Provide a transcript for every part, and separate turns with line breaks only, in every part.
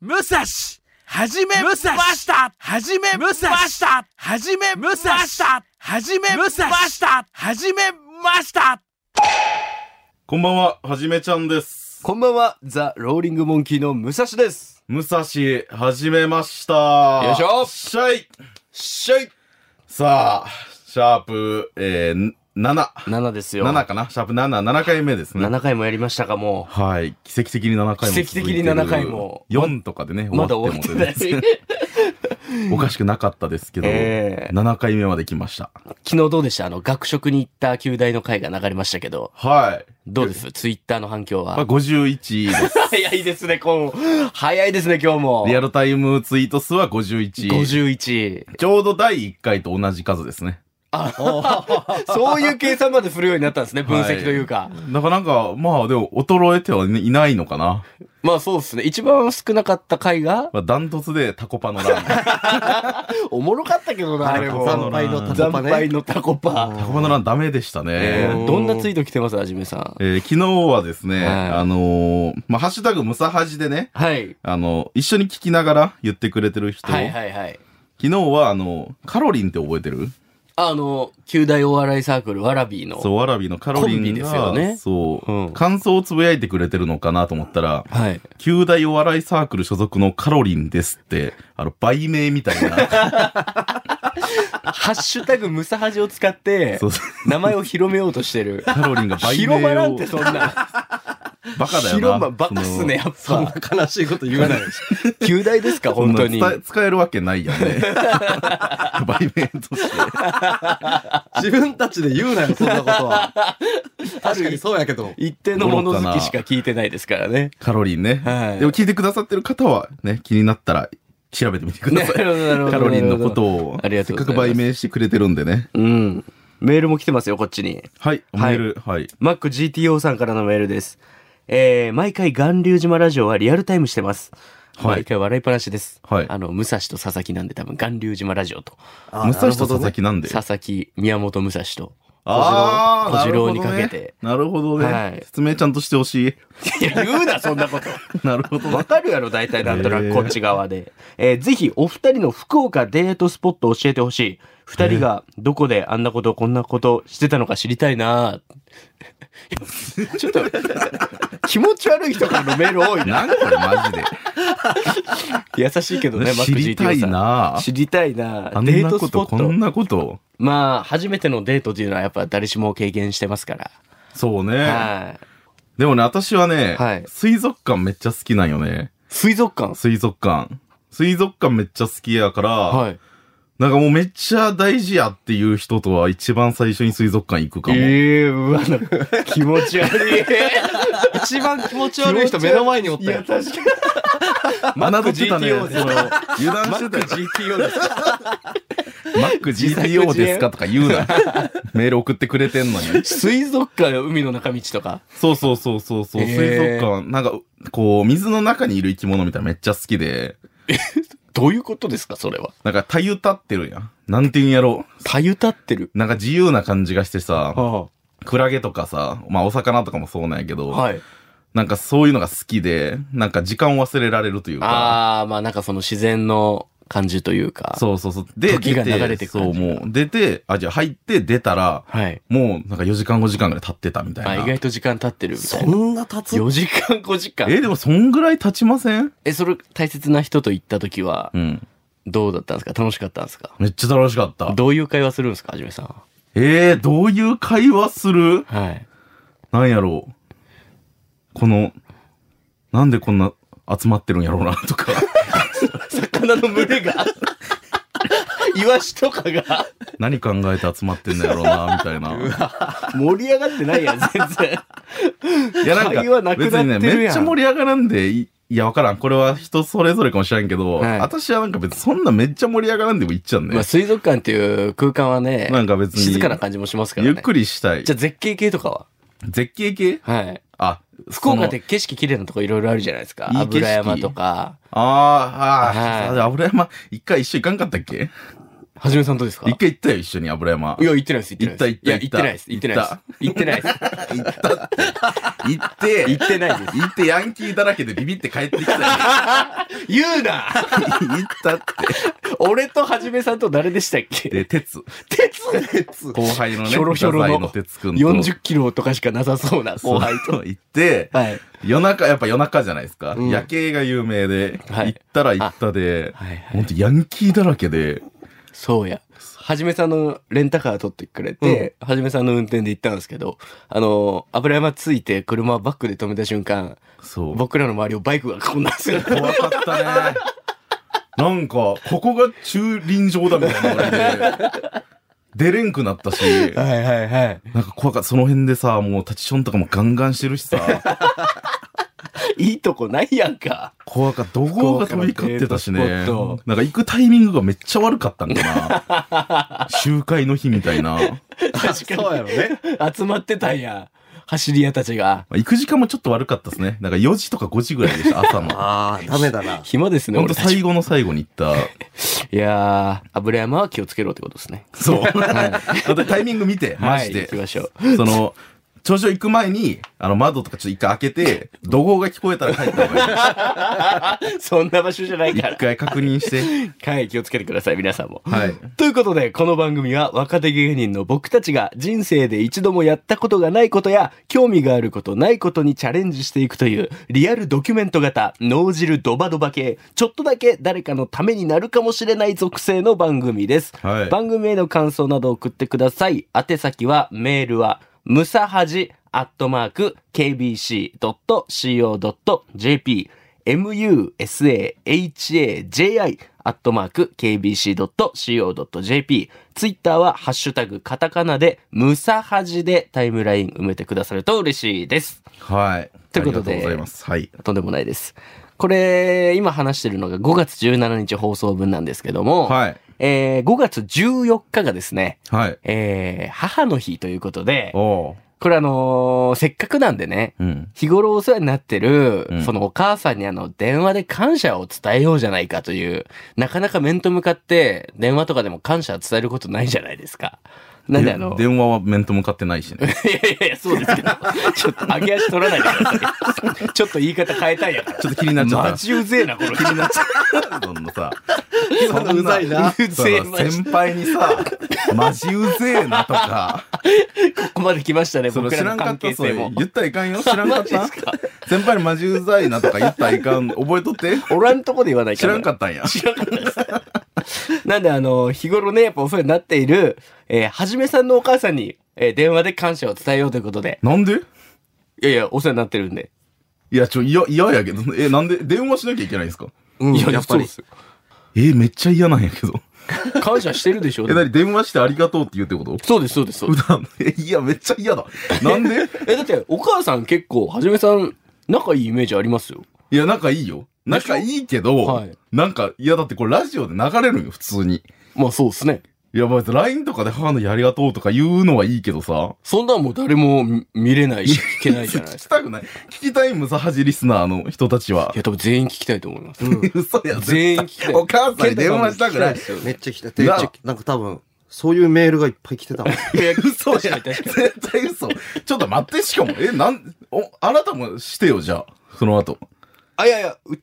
武蔵はじめ武蔵ましたはじめ武蔵ましたはじめ武蔵ましたはじめ武蔵ましたはじめました
こんばんは、はじめちゃんです。
こんばんは、ザ・ローリング・モンキーの武蔵です。
武蔵、はじめました。
よいしょ
しゃい
しゃい
さあ、シャープ、えー、7。
!7 ですよ。
7かなシャープ7、7回目ですね。
7回もやりましたか、も
はい。奇跡的に7回も続いてる。
奇跡的に7回も
4とかでね、
う。まだ終わって
も
ない。
全然 おかしくなかったですけど、
ええ
7回目まで来ました。
昨日どうでしたあの、学食に行った旧大の会が流れましたけど、
はい。
どうですツイッターの反響
まあ、
は。
51です。
早いですね、今日。早いですね、今日も。
リアルタイムツイート数は51。
51。
ちょうど第1回と同じ数ですね。
そういう計算までするようになったん ですね、分析というか。
だからなんか、まあでも、衰えてはねいないのかな。
まあそうですね。一番少なかった回が、
まあ、ダントツでタコパの ラーメン。
おもろかったけどな、あれも。
惨敗の
惨敗のタコパ。
タコパのラーメンダメでした
え
ね。
ーどんなツイート来てますはじめさん。
えー昨日はですね、
はい
あのーまあ、ハッシュタグムサハジでね、
はい。
あの、一緒に聞きながら言ってくれてる人、
はいはいはい。
昨日はあの、カロリンって覚えてる
あの、旧大お笑いサークル、わらびの。
そう、わらびのカロリ
コンビ
ン
で
が、
すよね
そう、
うん
感想をつぶやいてくれてるのかなと思ったら、
はい。
旧大お笑いサークル所属のカロリンですって、あの、売名みたい な。
ハッシュタグムサハジを使って
そ、うそう
名前を広めようとし てる。
カロリンが売名
広まらん
を
って、そんな。
バカだよな。
広ま、バカっすね、やっぱ。
悲しいこと言うなよ。
旧大ですか、
その。
本当に
そ。んな伝え使えるわけないよ ね。売名として。
自分たちで言うなよ、そんなことは。確かにそうやけど。
一定のもの好きしか聞いてないですからね。
カロリンね。
はい
でも聞いてくださってる方はね、気になったら調べてみてくだ
な
さい。
るほど、なるほど。
カロリンのこと
を。
を、
ありが
せ
と
っ
う
か
ご
く
ざいます
売名してくれてるんでね。
うん。メールも来てますよ、こっちに。
はい、メ
はい
ール、はい。
マック GTO さんからのメールです。えー、毎回巌流島ラジオはリアルタイムしてます。
はい
毎回笑いっぱなしです。
はい
あの、武蔵と佐々木なんで多分巌流島ラジオと、
武蔵と佐々木なんで。
佐々木、宮本武蔵と。
あー
小次郎
なるほどね
にかけて
なるほどね、
はい
説明ちゃんとしてほしい。
いや、 言うな、そんなこと。
なるほどね
わ。かるやろ、大体なんとな
へ
く
ー
こっち側で。えーぜひお二人の福岡デートスポットを教えてほしい。二人がどこであんなことこんなことしてたのか知りた いなぁちょっと、気持ち悪い人からのメール多い
な
な。
んこれマ ジで。
優しいけどね、マック
知りた
GTO
い
さん。
なあ
知りたいな
あん
デー
な
ト
こ
ス
と、
ポッ
こ
ト
んなこと。
まあ初めてのデートというのはやっぱ誰しも経験してますから、
そうね、
はい
でもね、私はね、
はい
水族館めっちゃ好きなんよね。
水族館
水族館。水族館めっちゃ好きやから、
はい
なんかもうめっちゃ大事やっていう人とは一番最初に水族館行くかも。
ええうわな 気持ち悪い
一番気持ち悪い人目の前におっ
い
たよ
や。確かに
侮ってたね。
GTO で
その油断してたよ。
GTO です
マック GTO ですかとか言うな。 メール送ってくれてんのに。
水族館よ海の中道とか
そうそうそうそうそう。
へー
水族館、なんか、こう、水の中にいる生き物みたいなめっちゃ好きで、
どういうことですかそれは
なんか、たゆたってるやん。なんて言うんやろ。
たゆたってる
なんか自由な感じがしてさ、
は
クラゲとかさ、まあお魚とかもそうなんやけど、
い
なんかそういうのが好きで、なんか時間を忘れられるというか、
ああまあなんかその自然の感じというかう
そうそうそう。で、
時が流れてく
そう、
感じが
もう出て、あ、じゃあ入って出たら、
はい
もうなんか4時間5時間ぐらい経ってたみたい
あ
な。
意外と時間経ってるみた
そ
いなん
な立つ
4時間5時間
え、でもそんぐらい経ちません
え、それ、大切な人と行った時は
う、ん。
どうだったんですか楽しかったんですか
めっちゃ楽しかった。
どういう会話するんですかはじめさん。
えー、どういう会話する
はい。
なんやろう。この、なんでこんな集まってるんやろうな、と か。
魚の群れが、 イワシとかが、
何考えて集まってんのやろうな、みたいな。
盛り上がってない やん、全然。
いや、なん
会話
か、
なくなっ
別
てるや
に
ん
ね、めっちゃ盛り上がらんでいい、いや、わからん。これは人それぞれかもしれんけど、
はい
私はなんか別にそんなめっちゃ盛り上がらんでもいっちゃうね。
まあ、水族館っていう空間はね、
なんか別に
静かな感じもしますから
ゆ
ね。
っくりしたい
じゃ。あ絶景系とかは
絶景系
はい。
あ、
福岡って
その。
景色綺麗なとこいろいろあるじゃないですか。
いい景色
油山とか。
あーあー、
はい
あ、油山、一回一緒行かんかったっけ
はじめさんとですか
一回行ったよ、一緒に油山。
いや、行ってないです、行ってないで
行
す。
った行った
いや、行ってないです、行ってないです。
行ったって。行って、
行ってないです。行ってないです。
行ってヤンキーだらけでビビって帰ってき たよ。
言う
行
な
ったっ。
俺とはじめさんと誰でしたってけ
で、鉄。
鉄
後輩のね、
ひょろひょろ
太宰
の
の鉄くんと。
40キロとかしかなさそうな後
後
輩
輩
と。
と行って、
はい。
夜中、やっぱ夜中じゃないですか。
うん
夜景が有名で、
はい
行ったら行ったで、
はいはい
ほんとヤンキーだらけで、
そうや。はじめさんのレンタカー取ってくれて、はじめさんの運転で行ったんですけど、あの、油山ついて車バックで止めた瞬間、
そう。
僕らの周りをバイクが囲んだんですよ。
怖かったね。 なんか、ここが駐輪場だみたいな感じで、出れんくなったし、
はいはいはい。
なんか怖かった。その辺でさ、もうタチションとかもガンガンしてるしさ、
いいとこないやんか。
怖かった。怒号が飛び交ってたしね。
福岡のデートスポット
なんか行くタイミングがめっちゃ悪かったんかな。 集会の日みたいな。
確
そうやろね。
集まってたんや。走り屋たちが。
まあ行く時間もちょっと悪かったですね。なんか4時とか5時ぐらいでした、朝の。
ああ、ダメだな。
暇ですね、
ほん
俺
と
たち。
最後の最後に行った。
いやー、油山は気をつけろってことですね。
そう。またタイミング見て、マジ
はい、
で
行き。ましょう。
その、頂上行く前に、あの、窓とかちょっと一回開けて、怒号が聞こえたら帰った方が
そんな場所じゃない
いい。
か
一
ら。
回確認して。
はい、気をつけてください、皆さんも。
はい。
ということで、この番組は若手芸人の僕たちが人生で一度もやったことがないことや、興味があることないことにチャレンジしていくという、リアルドキュメント型、脳汁ドバドバ系、ちょっとだけ誰かのためになるかもしれない属性の番組です。
はい
番組への感想などを送ってください。宛先は、メールは、むさはじ、アットマーク、kbc.co.jp、musahaji、アットマーク、kbc.co.jp、ツイッターは、ハッシュタグ、カタカナで、むさはじでタイムライン埋めてくださると嬉しいです。
はい。
ということで
ありがとうございます。はい。
とんでもないです。これ、今話してるのが5月17日放送分なんですけども、
はい。
えー5月14日がですね、
はい。
えー母の日ということで、
おう。
これあのーせっかくなんでね、
うん。
日頃お世話になってる、
うん
そのお母さんにあの、電話で感謝を伝えようじゃないかという、なかなか面と向かって、電話とかでも感謝を伝えることないじゃないですか。なんであの、
で電話は面と向かってないしね。
いやいやいや、そうですけど、ちょっと上げ足取らないでください。ちょっと言い方変えたいやから。
ちょっと気になっちゃった
マジうぜえな、この気になっちゃっ
どんどん さ、
今のうざいな。
うぜえ
その
マジ
先輩にさ、マジうぜえなとか、
ここまで来ましたね、
その
僕
知
ら
ら
の
んか
関
った
係
そう
性も。
言ったらいかんよ知らんかっ
マ
た
ジっすか
先輩にマジうざいなとか言ったらいかん覚えと って
おらんとこで言わない
知
から
らんかったんや。
知らなかったです。 なんであの、日頃ね、やっぱお世話になっている、えーはじめさんのお母さんに、えー電話で感謝を伝えようということで、
なんで
いやいや、お世話になってるんで。
いや、ちょ、いや、嫌やけど、え、なんで、電話しなきゃいけないんですか
うん
いや、
やっぱり。
そうで
え、めっちゃ嫌なんやけど。
す感謝して るでしょ
え、なに、電話してありがとうって言うってこと
そうです、そうです、そう
普
です。
段、 え、いや、めっちゃ嫌だ。なんで
え、だって、お母さん結構、はじめさん、仲いいイメージありますよ。
いや、仲いいよ。仲いいけど、
はい
なんか、いや、だってこれラジオで流れるんよ、普通に。
まあ、そうですね。
いや、まず LINE とかで母の日ありがとうとか言うのはいいけどさ。
そんなんもう誰も見見れな いし、聞けないじゃない
聞
で
き
すか。。
たくない。聞きたいムサハジリスナーの人たちはい
や、多分全員聞きたいと思います。
嘘や、絶
全員聞きた
対
い。
お母さんに電話したくない。
健太さんも聞きたいですよ
めっちゃ来てて、めっちゃなんか多分、そういうメールがいっぱい来てたもん。
いや、嘘
嘘
じゃ
や、
ない、確かに。
絶対嘘。ちょっと待って、しかも、え、なん、お、あなたもしてよ、じゃあ、その後。
あ、いやいや、う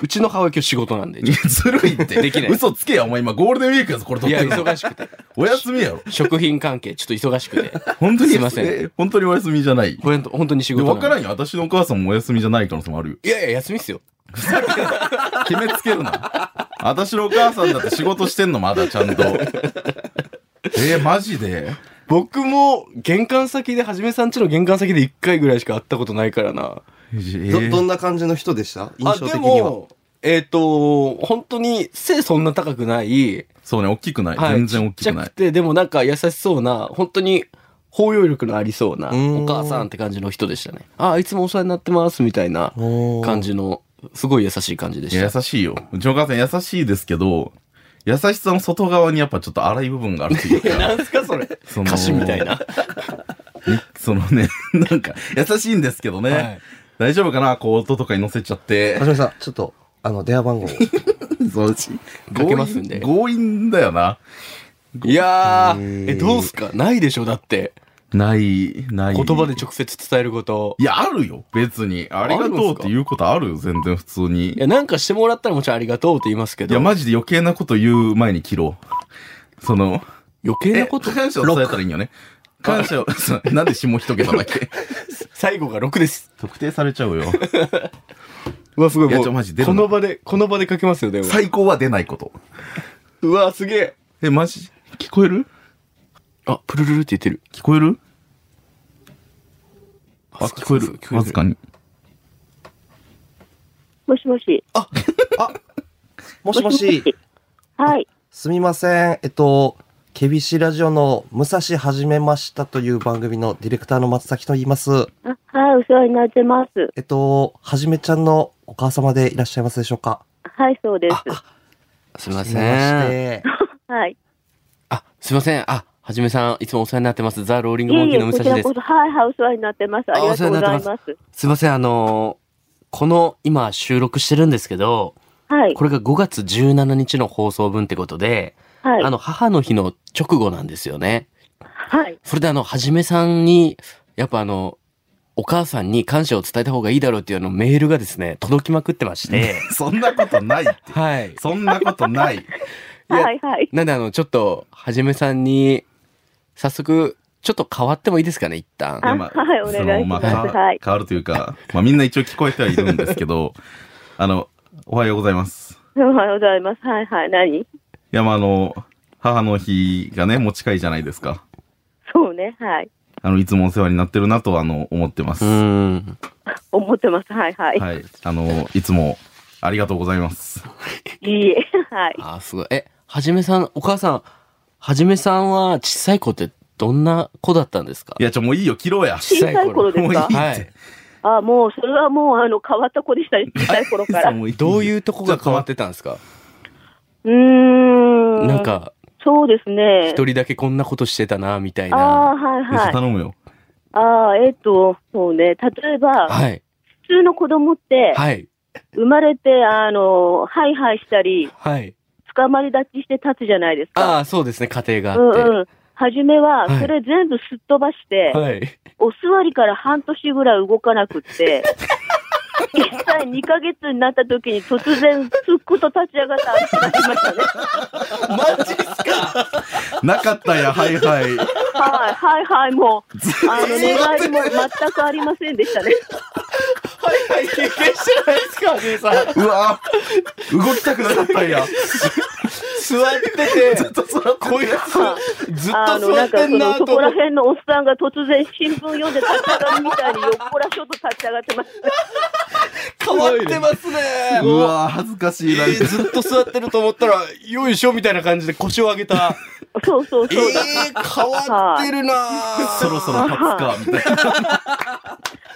うちの母親今日仕事なんで
い。やずるいって。
できない
嘘つけや、お前今ゴールデンウィークやぞ、これ撮っ
いや、
てんの。
忙しくて。
お休みやろ。
食品関係、ちょっと忙しくて。
本当に。
すいません
え。本当にお休みじゃない。
ほんと本当に仕
で、
事
わ
な
か
の
らんよ。私のお母さんもお休みじゃない可能性もあるよ。
いやいや、休みっすよ。
決めつけるな。私のお母さんだって仕事してんの、まだちゃん と。えー、マジで
僕も、玄関先で、はじめさんちの玄関先で1回ぐらいしか会ったことないからな。
えー
ど、どんな感じの人でした印象的
あ、で
には。
も、えっ、と、本当に、背そんな高くない、
そうね、大きくない。全然大きくな
ちっちゃく
い。
て、でもなんか優しそうな、本当に、包容力のありそうな、
うーん
お母さんって感じの人でしたね。あ、いつもお世話になってます、みたいな
おー
感じの、すごい優しい感じで
い
し
や、
た。
優しいよ。うちのお母さん優しいですけど、優しさの外側にやっぱちょっと荒い部分があ るっていうか。
なんすか、それ。
その
歌詞みたいな。
そのね、 なんか、優しいんですけどね。
はい
大丈夫かなこう、音とかに乗せちゃって
は。じめさん、ちょっと、あの、電話番号。
そう
かけますんで
強引だよな。
いや
うん
ー、え、どうすかないでしょだって。
ない、ない。
言葉で直接伝えること。
いや、あるよ。別に。ありがとうって言うことあるよ。全然普通に。
い
い
や、なんかしてもらったらもちろんありがとうって言いますけど。
や、マジで余計なこと言う前に切ろう。その、
余計なこと。
感謝を伝えたら いいんよね。感謝を、そうなんで下一桁だけ。
最後が6です。
特定されちゃうよ。
うわ、すごい。
いや
もう
ちょマジ出る
こ
な
の場で、この場でかけますよ、電話。
最高は出ないこと。
うわ、すげえ。
え、マジ聞こえる
あ、プルルルって言ってる。
聞こえるあ、
あ
聞こえる。わずかに。
もしもし。
もしもし、。
はい。
すみません。えっと、ケビシラジオの武蔵はじめましたという番組のディレクターの松崎と言います。
あはい、お世話になってます。
えっと、はじめちゃんのお母様でいらっしゃいますでしょうか
はい、そうです。
すいませ
はじめまし
ん。
て
はい。
あ、すいません。あ、はじめさん、いつもお世話になってます。ザ・ローリン
い
グ・モンキ
え
ー
い
の
え、
武
こ
蔵
ちら
です
こ。そ、はい、はい、お世話になってます。ありがとうご
あお
ざい
世話になっ
ます。
すいません、あのーこの、今収録してるんですけど、
はい
こ。れが5月17日の放送分ってことで、
はい
あ。の、母の日の直後なんですよね。
はい。
それであの、はじめさんに、やっぱあの、お母さんに感謝を伝えた方がいいだろうっていうあのメールがですね、届きまくってまして、
そんなことないって。
はい。
そんなことない。
いや
はい、はい。
なんであの、ちょっと、はじめさんに、早速、ちょっと変わってもいいですかね、一旦。
や
あはいお願い
そのまあ
します
か
はい
変わるというか、まあみんな一応聞こえてはいるんですけど、 あの、おはようございます。
おはようございます。はい、はい。何
いや、まああの、母の日がね、もう近いじゃないですか。
そうね。はい。
あの、いつもお世話になってるなと、あの、思ってます。
う
は
ーん。
思ってます。はい、はい。
い。あの、いつも、ありがとうございます。
い、いえ。はい。
あー、すごい。え、はじめさん、お母さん、はじめさんは小さい子ってどんな子だったんですか
いや、ちょ、もういいよ、切ろうや。
小さい頃です
もういい
か
って。
はい。
あ、もう、それはもう、あの、変わった子でしたね。小さい頃から。う
もいい
どういうとこが変わってたんですか
ーん。
なん。か、
そうですね。
一人だけこんなことしてたな、みたい
あ
な。
あ、はい、
ちょっと
はい。
頼むよ。
ああ、えっ、と、そうね。例えば、
はい。
普通の子供って、
はい。
生まれて、あの、ハイハイしたり、
はい。
捕まり立ちして立つじゃないです
あ
か。
あ、そうですね、家庭が
うん
あって。
うん。初めは
はい、
それ全部すっ飛ばして、
はい。
お座りから半年ぐらい動かなく って、実際2ヶ月になった時に突然、すっこと立ち上がって歩き出しましたね。
なかったや、はいはい。
はい、はい、はい、もう、あの、願いも全くありませんでしたね。
はい、経験してないですか、はじめさん。
うわ動きたくなかったんや。
座ってて、こいつ、ずっ
あの、
と座
な
っ
んか
て
そ
ん
の、
な
そ
と
こ
思
ら
って。
辺のおっさんが突然新聞読んで立ち上がるみたいに、よっこらしょと立ち上がってました。
変わってますね。
うわ恥ずかしいな。
えーずっと座ってると思ったら、よいしょみたいな感じで腰を上げた。
そうそう
え
そう。
ー、変わってるなー
そろそろ立つか、みたいな。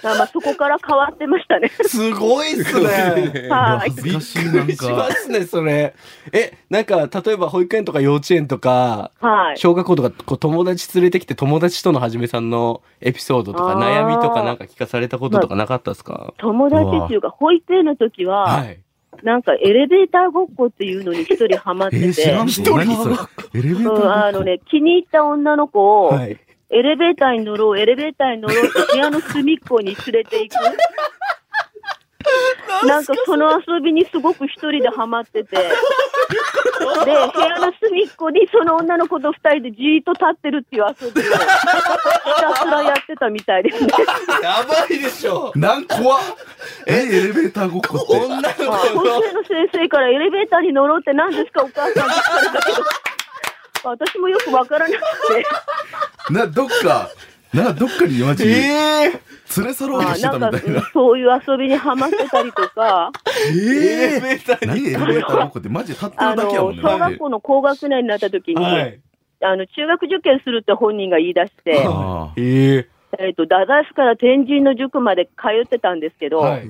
まあまあ、そこから変わってましたね。
すごいっすね。
はい。
恥ずかしい、なん
しま
か。
すね、それ。え、なんか、例えば保育園とか幼稚園とか、
はい。
小学校とかこう友達連れてきて友達とのはじめさんのエピソードとか
あー
悩みとかなんか聞かされたこととかなかったですか、
友達っていうか、保育園の時は、
い。
なんかエレベーターごっこっていうのに一人ハマっ
え
て
ー、知
て
ら、んぞ
一人
何それ。エレベーター
うん、あのね、気に入った女の子を、
はい。
エレベーターに乗ろう、エレベーターに乗ろうって部屋の隅っこに連れて行く。なんかその遊びにすごく一人でハマってて。で、部屋の隅っこにその女の子と二人でじーっと立ってるっていう遊びをひたすらやってたみたいですね。
やばいでしょ
なん怖っえ、エレベーターごっこって。
女の子
まあ保育園の先生からエレベーターに乗ろうって何ですかお母さんって 聞かれたけど、まあ私もよくわからなくて、
な、どっか、な、どっかにマジ、連
えー
れ去ろう
ま
と
あ
してた
なん
み
か
たいな。
そういう遊びにハマってたりと か、
エレベーターに。
何エレベーターごっこって、マジで立って
あ
るだ
の
けやもんね。
小学校の高学年になった時に、
はい。
あの中学受験するって本人が言い出して、
あ
えー、
えっと太宰府から天神の塾まで通ってたんですけど、
はい。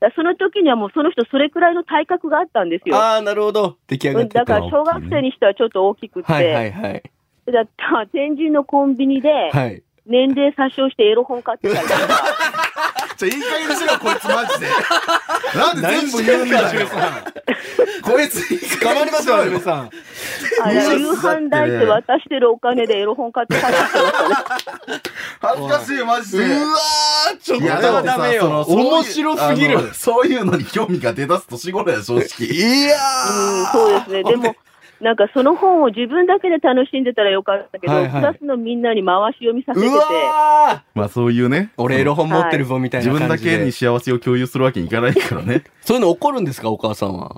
だその時にはもうその人、それくらいの体格があったんですよ。
ああ、なるほど。出来上が
う
っ
ん
て
だ
た。
から小学生にしてはちょっと大きくて、
はいはいはい。
だった天神のコンビニで
はい。
年齢詐称してエロ本買ってたりとか、
ちょ、いい加減にしろ、こいつマジで。なんで全部言うんだよ。こいつ、捕まりますよ、
さん。
あ
いや
の夕飯代って渡してるお金でエロ本買って帰ってきましたね。
恥ずかしい、マジで。
ー、ちょ
いや、だってさ、その、そういう
面白すぎる
あのそういうのに興味が出だす年頃や、正直。
いや
うん、そうで すね。でも、なんかその本を自分だけで楽しんでたらよかったけど、
はいはい
クラスのみんなに回し読みさせてて、
わ
まあ、そういうね。
俺エロ本持ってるぞみたい
自
な
分
感
だ
じで。
けに幸せを共有するわけにいかないからね。
そういうの怒るんですかお母さんは。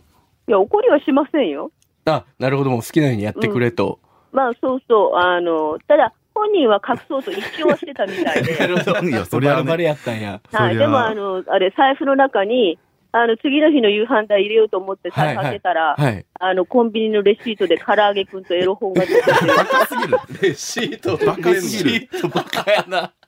いや、怒りはしませんよ。
あ、なるほど、もう好きなようにやってくれと。
まあ、そうそう、あの、ただ、本人は隠そうと一応はしてたみた いで、
るほ
どいやそ
そ
り
れ
ゃね
バレバレやったんや。
そりゃ
はい、でも、あの、あれ、財布の中に、あの、次の日の夕飯代入れようと思って
はい
財布
はい
開けたら、
はい。
あの、コンビニのレシートで唐揚げくんとエロ本が出てて
バカすぎる。
レシート
バカすぎる。
トバカやな。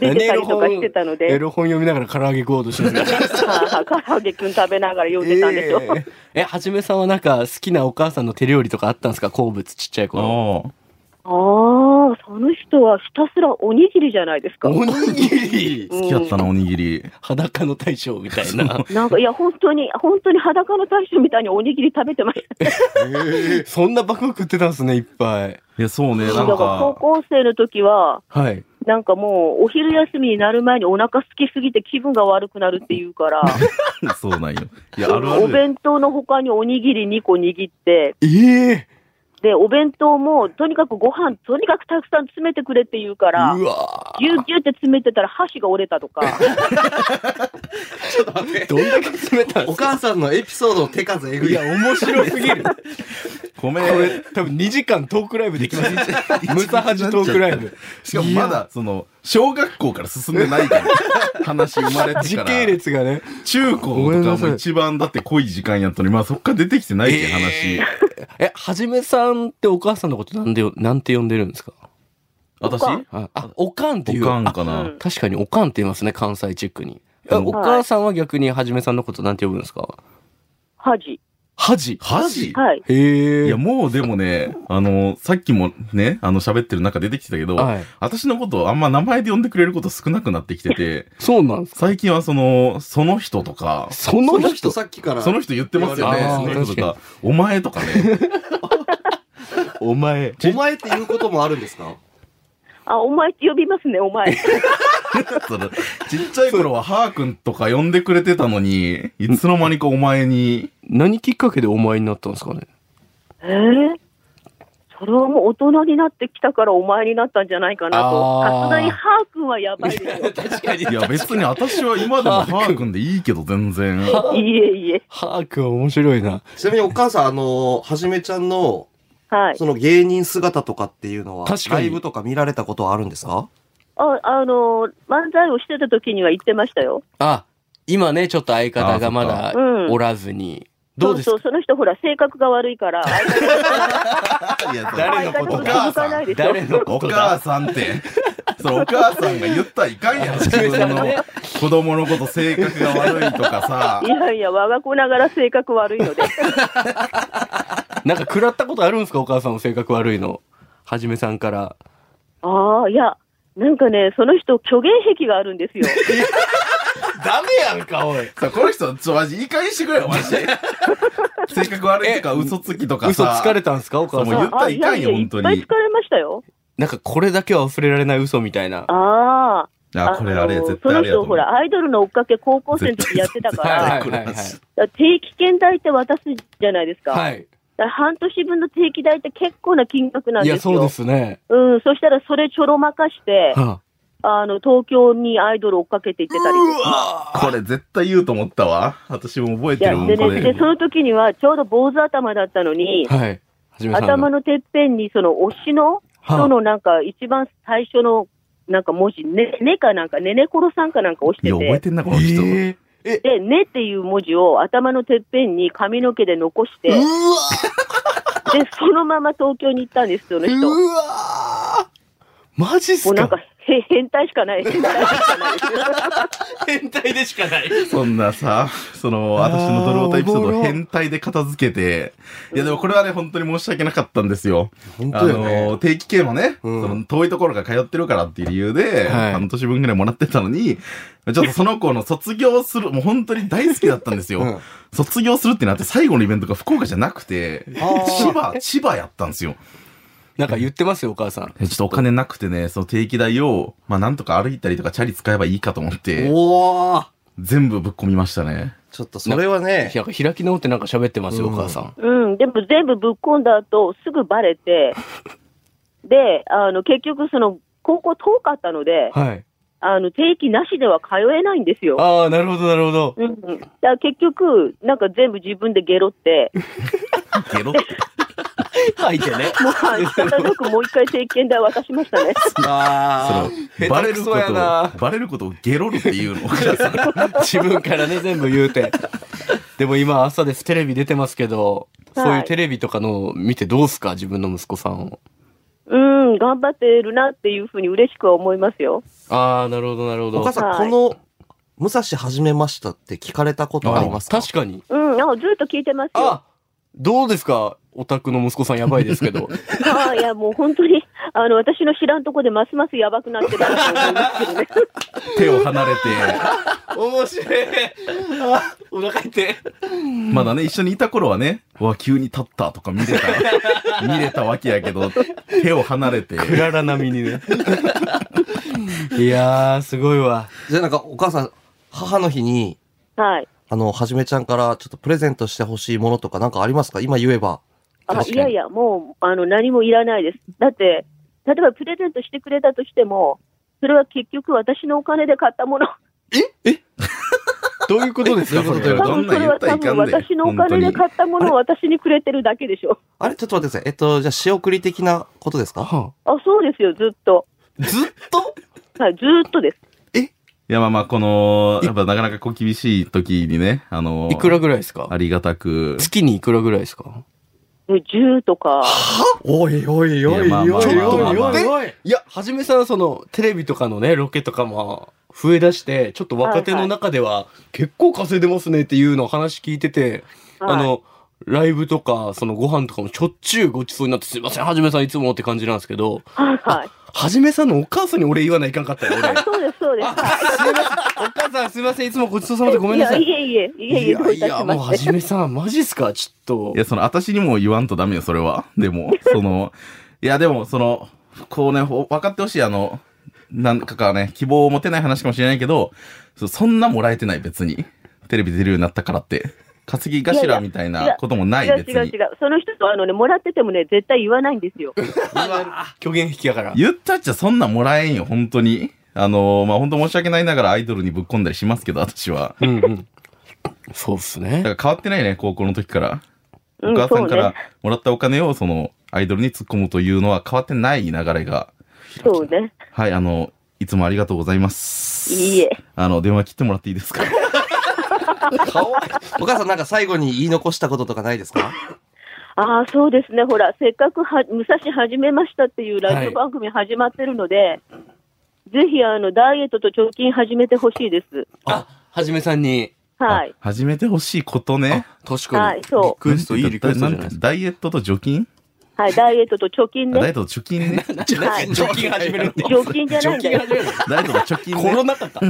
出てたりとかしてたの
エ
で、
ロ本読みながら唐揚げ食おうとしてるんですか
はいはい唐揚げくん食べながら読んでたんでしょ。
えええはじめさんはなんか好きなお母さんの手料理とかあったんですか好物ちっちゃい頃
おう
ああ、その人はひたすらおにぎりじゃないですか。
おにぎり
うん
好きやったな、おにぎり。
裸の大将みたいな
なんか、いや、本当に、本当に裸の大将みたいにおにぎり食べてました。
そんなバクバク食ってたんですねいっぱい
いや、そうね、
だ
な
から
ん
高
か、
校生の時は、
はい
なんかもう、お昼休みになる前にお腹空きすぎて気分が悪くなるっていうから、
そうなんよ。いや、あるあ
お
る。
弁当の他におにぎり2個握って、
ええ
で、お弁当も、とにかくご飯、とにかくたくさん詰めてくれって言うから
う、わ
ぎゅうぎゅうって詰めてたら箸が折れたとか、
ーどんだけ詰めたんで
お
すか
母さんのエピソードの手数えぐ
い
い
や。面白すぎるこ
米、
れ多分2時間トークライブできますムサハジトークライブ
しかもまだ、その、小学校から進んでないから、話生まれて
時
から。
系列がね
中高とかも一番だって濃い時間やったのに、まあそっから出てきてないって話。
えはじめさんってお母さんのことなんでよなんて呼んでるんですか
私
おかん
ああおかんって
お
いう
かん
あ
か
う
な。
ん
確かにおかんって言いますね関西チックに、え
うん
お母さんは逆にはじめさんのことなんて呼ぶんですか
箸。
はじ
恥
はい。
へ
い
え
や、もうでもね、あの、さっきもね、あの、喋ってる中出てきてたけど、
はい
私のことをあんま名前で呼んでくれること少なくなってきて て、
そうなんです
最近はその、その人とか、
そ
そ
の
の
人
人さっきから。
その人言ってますよね、
あー
その人とか、
確
お前とかね、
お前
お前って言うこともあるんですか
あ、お前って呼びますね、お前。
そのちっちゃい頃はハー君とか呼んでくれてたのに、いつの間にかお前に、
何きっかけでお前になったんですかね
えー、それはもう大人になってきたからお前になったんじゃないかなと。
あー
さすがにハー君はやばいですよ。
確かに
いや別に私は今でもハー君でいいけど全然。
いえいえ。
ハークは面白いな
ちなみにお母さん、あの、はじめちゃんの、
はい。
その芸人姿とかっていうのは、
確か
ラ
に
イブとか見られたことはあるんですか
あ、あのー漫才をしてた時には言ってましたよ。
あ今ねちょっと相方がま
あ
だ
そっか
おらずにどうです
そ
か
うそう、その人ほら、性格が悪 いから、相方
いや
誰の
相
こ
方
と
と続かないでしょ。
誰のこ
お
とだ
母さんって、そのお母さんが言ったらいかんやん。自分の子供のこと性格が悪いとかさ
い。やいや、我が子ながら性格悪 いので。
なんか食らったことあるんですかお母さんの性格悪いのはじめさんから
ああ、いや、なんかね、その人、虚言癖があるんですよ。
ダメやんかおい
さこの人、ちょ、マジ、いい加減にしてくれよ、マジで。性格悪いとか、嘘つきとかさ。
嘘つかれたんですかお母
もう
さ
言
ん
ったらいかんよ
ああ
本当に
いやいやいっぱい疲れましたよ。
なんかこれだけは忘れられない嘘みたいな
ああ。
あ、これあれ、
のー
絶対あれやと
その人、
思
ほ
う。
ら、アイドルの追っかけ、高校生の時やってたから、
はい
こ
は
れ
いはいはい
だから定期券代って渡すじゃないですか。
はい。
だから半年分の定期代って結構な金額なん
い
ですよ。
や、そうですね。
うん、そしたらそれちょろまかして、
は
あの、東京にアイドル追っかけて行ってたりとか。
これ絶対言うと思ったわ。私も覚え
い
て
や
るもん、
で
こ
ね、で、
れ。
その時にはちょうど坊主頭だったのに、
あはい。はじめさんが。
頭のてっぺんにその推しの人のなんか一番最初のなんか文字、ね、ねかなんか、ねねころさんかなんか押し
い
て
や、覚え
て、
てんな、こ
え
の人。
ー
で、ねっていう文字を頭のてっぺんに髪の毛で残して、で、そのまま東京に行ったんですよ、その人。
うわーマジっ
も
す
うなん
か
かへ変態しかない。変態しかない。
変態でしかない。
そんなさ、その、私のドロータエピソードを変態で片付けて、いやでもこれはね、本当に申し訳なかったんですよ。
本
あ
当よね。
の、定期券もね、
うん
その遠いところが通ってるからっていう理由で、
はい
半年分ぐらいもらってたのに、ちょっとその子の卒業す る、もう本当に大好きだったんですよ。
うん
卒業するってなって最後のイベントが福岡じゃなくて、
あー
千葉、千葉やったんですよ。
なんか言ってますよ、お母さん。
ちょっとお金なくてね、その定期代を、まあなんとか歩いたりとかチャリ使えばいいかと思って、
おー
全部ぶっ込みましたね。
ちょっとそれはね、
なんか開き直ってなんか喋ってますよ、お母さん。
うん、でも全部ぶっ込んだ後、すぐバレて、で、あの、結局その、高校遠かったので、
はい。
あの、定期なしでは通えないんですよ。
ああ、なるほど、なるほど。
うん、だから結局、なんか全部自分でゲロって、
ゲロって。
吐いて ね。
もう、仕方なくもう一回定期券代渡しましたね。
あ
そのバレること
下手くそやな
を、バレることをゲロるっていう の。
あ、自分からね、全部言うて。でも今朝です、テレビ出てますけど、
はい
そういうテレビとかのを見てどうすか、自分の息子さんを。
うん、頑張ってるなっていうふうに嬉しくは思いますよ。
ああ、なるほど、なるほ
お
ど
母。さん、
はい
この、武蔵始めましたって聞かれたことありますか
確かに。
うん、あずっと聞いてますよ。
あどうですかお宅の息子さんやばいですけど。
はい、いや、もう本当に、 あの、私の知らんとこでますますやばくなってるなと思いますけど ね。
手を離れて、
面白い。お腹痛い。
まだね、一緒にいた頃はね、うわ、急に立ったとか見れ た、見れたわけやけど、手を離れて、
クララ並みに ね。いやー、すごいわ。
じゃあなんか、お母さん、母の日に、
はい。
あの、はじめちゃんからちょっとプレゼントしてほしいものとかなんかありますか今言えば。
あ
確かに
いやいや、もうあの何もいらないです。だって、例えばプレゼントしてくれたとしても、それは結局私のお金で買ったもの。
どういうことですか
どういうこと
それ
多
どういうこ
分それは多分私のお金で買ったものを私にくれてるだけでしょ。
あれちょっと待ってください。えっと、じゃあ、仕送り的なことですか
は
あ、そうですよ、ずっと。
あずっと
はい、ずーっとです。
いや、まあまあ、この、やっぱなかなかこう厳しい時にね、あの、
いくらぐらいですか
ありがたく、
月にいくらぐらいですか
で10とか。
おいおい
おいおいおいおいおい
いや、はじめさん、その、テレビとかのね、ロケとかも、増え出して、ちょっと若手の中では、結構稼いでますねっていうのを話聞いてて、
はい
あの、ライブとか、そのご飯とかもしょっちゅうごちそうになって、すいません、はじめさんいつもって感じなんですけど、
はいはい。
はじめさんのお母さんに俺言わないかんかった よ、俺。
あそうです、そうです。
お母さんすいません、いつもごちそうさまでごめんなさい。
いや、いえいえ、いえいえ、どういたし
もう
ま
は
して
じ。めさん、マジっすかちょっと
い。や、その、私にも言わんとダメよ、それは。でも、その、いや、でも、その、こうね、ほ分かってほしい、あの、なんかかね、希望を持てない話かもしれないけど、そそんなもらえてない、別に。テレビ出るようになったからって。稼ぎ頭みたいなこともない、
違う
別
違う違
に。
う。その人とあのね、もらっててもね、絶対言わないんで すよ。
虚言引きやから。
言ったっちゃそんなもらえんよ、本当に。あの、まあ、本当申し訳ないながらアイドルにぶっ込んだりしますけど、私は。
うんうん。そうっすね。
だから変わってないね、高校の時から。お
うん
母さ
そ
ん
う
か
ね
らもらったお金を、その、アイドルに突っ込むというのは変わってない流れが。
そうね。
はい、あの、いつもありがとうございます。
いいえ。
あの、電話切ってもらっていいですか
お母さんなんか最後に言い残したこととかないです か
ああ、そうですね。ほら、せっかくは、武蔵始めましたっていうラジオ番組始まってるので、ぜひ、あの、ダイエットと貯金始めてほしいです。
あ、はじめさんに。
はい。
あ始めてほしいことね。
確かに。
はい、そ
リクエスト、いいリクエストじゃ
ん
ない
て
ですか。
ダイエットと除菌
う。はい、ダイエットと貯金
あダイエ
ね
ッ。トと貯金 ね。
はい。
貯金始めるって。
貯金じゃないんだよ。
ダイエットと貯金
コロ
ね。
ナ禍か。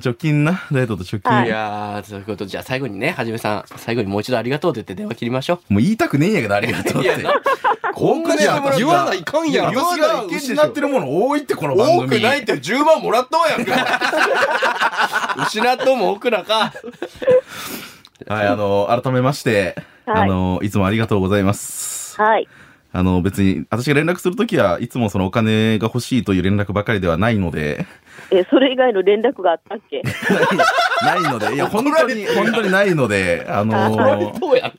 貯金な。ダイエットと貯金。
はい
いやー、そういうこと。じゃあ最後にね、はじめさん、最後にもう一度ありがとうって言って電話切りましょ
もう言いたくねえんやけど、ありがとうって。こんな
言わない
言わないかんやん。
私が失ってるもの多いって、この
う。
番組。
って10万もらったわやんか。失っとうも多くなか。
はい、あの、改めまして、
はい
あの、いつもありがとうございます。
はい。
あの、別に、私が連絡するときはいつもそのお金が欲しいという連絡ばかりではないので、
え、それ以外の連絡があったっけ
ないので、いや、本当に、本当にないので、あの
どうや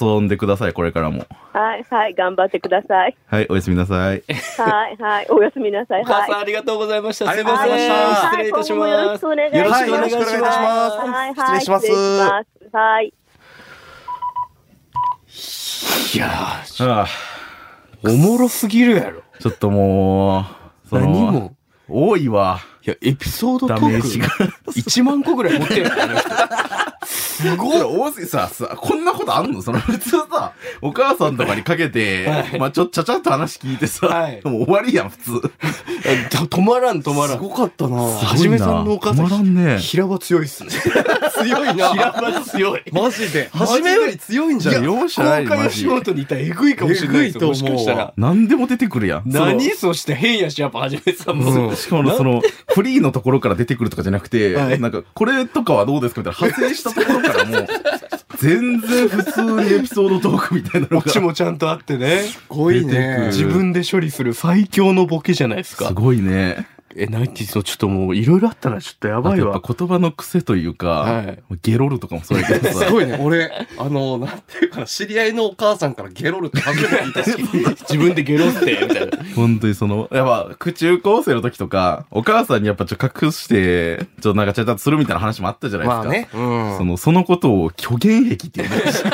遊んでください、これからも。
はい、はい、頑張ってください。
はい、おやすみなさい。
はい、はい、おやすみなさい。
お母
はい
さん。ありがとうございました。
あ
す
り
い
がとう
ま
ござ
せ
いました
ん。失礼いたします。
はい
よろし
今
くお願いし
後もよろ
ます
くお願いしは
よろ
い、はい、
しくお願いします失礼します
失礼しますはい。
いやー、
ああ
おもろすぎるやろ。
ちょっともう、その
何も。
多いわ。
いや、エピソードト
ダメージ
ー
が
ク。。1万個ぐらい持 ってるよ、あの人。
すごい多すぎさ、さ、こんなことあんのその普通さ、お母さんとかにかけて、
はい
まあちょ、ちゃちゃっと話聞いてさ、
はい
もう終わりやん、普通。
えと止まらん、止まら
す
ん。
ごかったな
はじめさんのお母さん
たまらんね。
平場強いっすね。 強いな。平場強い。
マジで。
マジで
はじめより 強いんじゃ
いや
ん。
容
公
赦ない
開
よマ
の
ジ
仕。事にいたらえぐいかもしれないですよ、
えぐ
も
い
し
と思う
かしたら。
何でも出てくるやん。
何そして変やし、やっぱはじめさんも。
しかもその、フリーのところから出てくるとかじゃなくて、
はい
なんか、これとかはどうですかみたいな、派生したところからもう、全然普通にエピソードトークみたいなの
オ
が。
チもちゃんとあってね。
ごい
出てく
ね
る。
自分で処理する最強のボケじゃないですか
す。ごいね。
え、ナインティスのちょっともういろいろあったらちょっとや
あと
ばい
やっ
わ。
ぱ言葉の癖というか、
はい
ゲロるとかもそうやけ どさ
す。ごいね。俺、あの、なんていうかな、知り合いのお母さんからゲロるって初めて聞いたし。
自分でゲロって、みたいな。
本当にその、やっぱ、中高生の時とか、お母さんにやっぱちょっと隠して、ちょっとなんかちゃちゃっとするみたいな話もあったじゃないですか。
う
そ
ん。
の、そのことを虚言癖って言うんですよ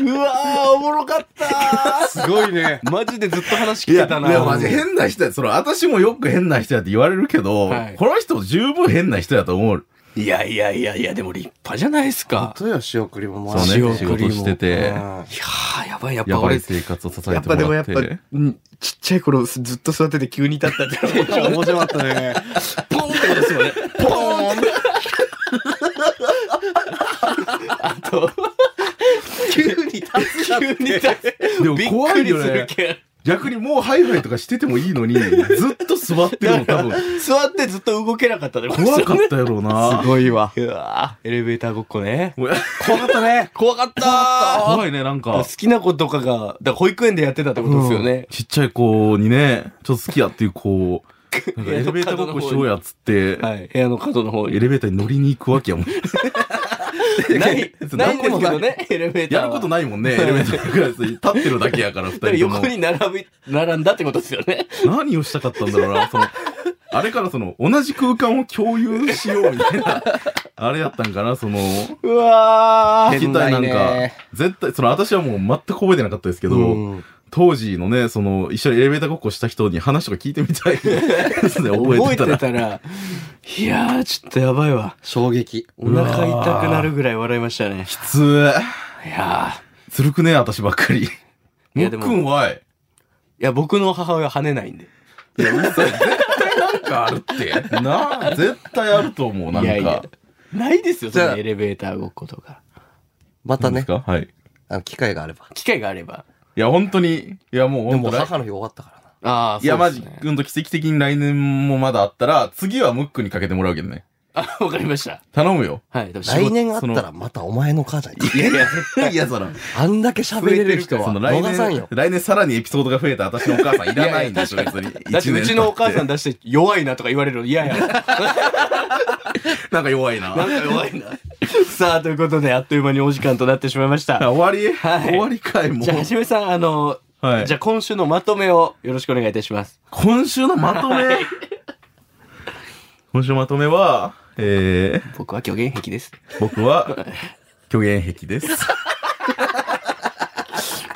うわー、おもろかった
すごいね。
マジでずっと話
い
聞
や、
いたな。
いやマジ変な人や。その、私もよく変な人やって言われるけど、
はい
この人十分変な人やと思う。
いやいやいやいや、でも立派じゃないですか。
どうよ、仕送りも
そ
ま
う
あ
ね、
仕送りも
仕事してて、
うん
いやー、やばい、やっ
や
ぱ
ばい
俺、
生活を支えてもら
や
っ。
ってぱでもやっぱ、うんちっちゃい頃ずずっと育てて急に立ったって、
面白かったね。
ポンってことですよね。ポーンあと、急に立つ。急に立つ。
でも怖いよ
び
ね
っくりする。けん
逆にもうハイハイとかしててもいいの に、ずっと座ってるの多分、
座ってずっと動けなかったでも
怖かったやろうな。
ごいわ。
うわーエレベーターごっこね。
もう
怖かったね。
怖かったー
怖いね、なん
好
か。
きな子とかが、だから保育園でやってたってことですよね。
ちっちゃい子にね、ちょっと好きやっていう子を、なんかエレベーターごっこしようやっつって、
はい。部屋の角の方
エ
に。
レベーターに乗りに行くわけや もん。
ない、ないんですけどね、エレベーター
や
は。
ること
ない。
ないもんね、エレベータークラスに立ってるだけやから、二人とも
横。に並び、並んだってことですよね。
何をしたかったんだろうな、その、あれからその、同じ空間を共有しようみたいな、あれやったんかな、その、
うわー
絶対なんか、絶対、その私はもう全く覚えてなかったですけど、
うん
当時のね、その、一緒にエレベーターごっこした人に話とか聞いてみたい。 ですね覚
覚
えてた
えて
ら。
たら、いやー、ちょっとやばいわ。
衝撃。
お腹痛くなるぐらい笑いましたね。
普通、
いや
ずるくねえ、私ばっかり。
い
もっ
や
く
でも
んはい。
ー。いや、僕の母親跳ねないんで。
なんかあるって。なあ、絶対あると思う、なんか。
いやいや。ないですよ、そ
じゃあ
のエレベーターごっことか。
また
何で
ね
す、かはい。
あの機会があれば。
機会があれば。
いや、本当に、いや、もう本
で
当
も
に。
母の日終わったからな。
ああ、
いや、
そう
マ
で
ジ
す ね
くんと奇跡的に来年もまだあったら、次はムックにかけてもらうけどね。
あ、わかりました。
頼むよ。
はい。でも仕事
来年あった
そ
らまたお前の母ちゃんに。
いやいや、絶対嫌だな。
あんだけ喋れる人は
その来
逃さん
年
よ、。
来年さらにエピソードが増えた私のお母さんいらないんでしょ、別に。
だって
一年経
う
っ
ちのお母さん出して弱いなとか言われるの嫌や。なん
なんか弱いな。
か弱いな。さあ、ということで、あっという間にお時間となってしまいまし
あ
た。
終わり、
はい
終わりかいも
じゃあ、は
う。
じめさん、あの、
はい
じゃあ今週のまとめをよろしくお願いいたします。
今週のまとめ。今週のまとめは、えー、
僕は虚言癖です。
僕は、虚言癖です。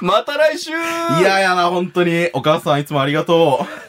また来週
いややな、本当に。お母さんいつもありがとう。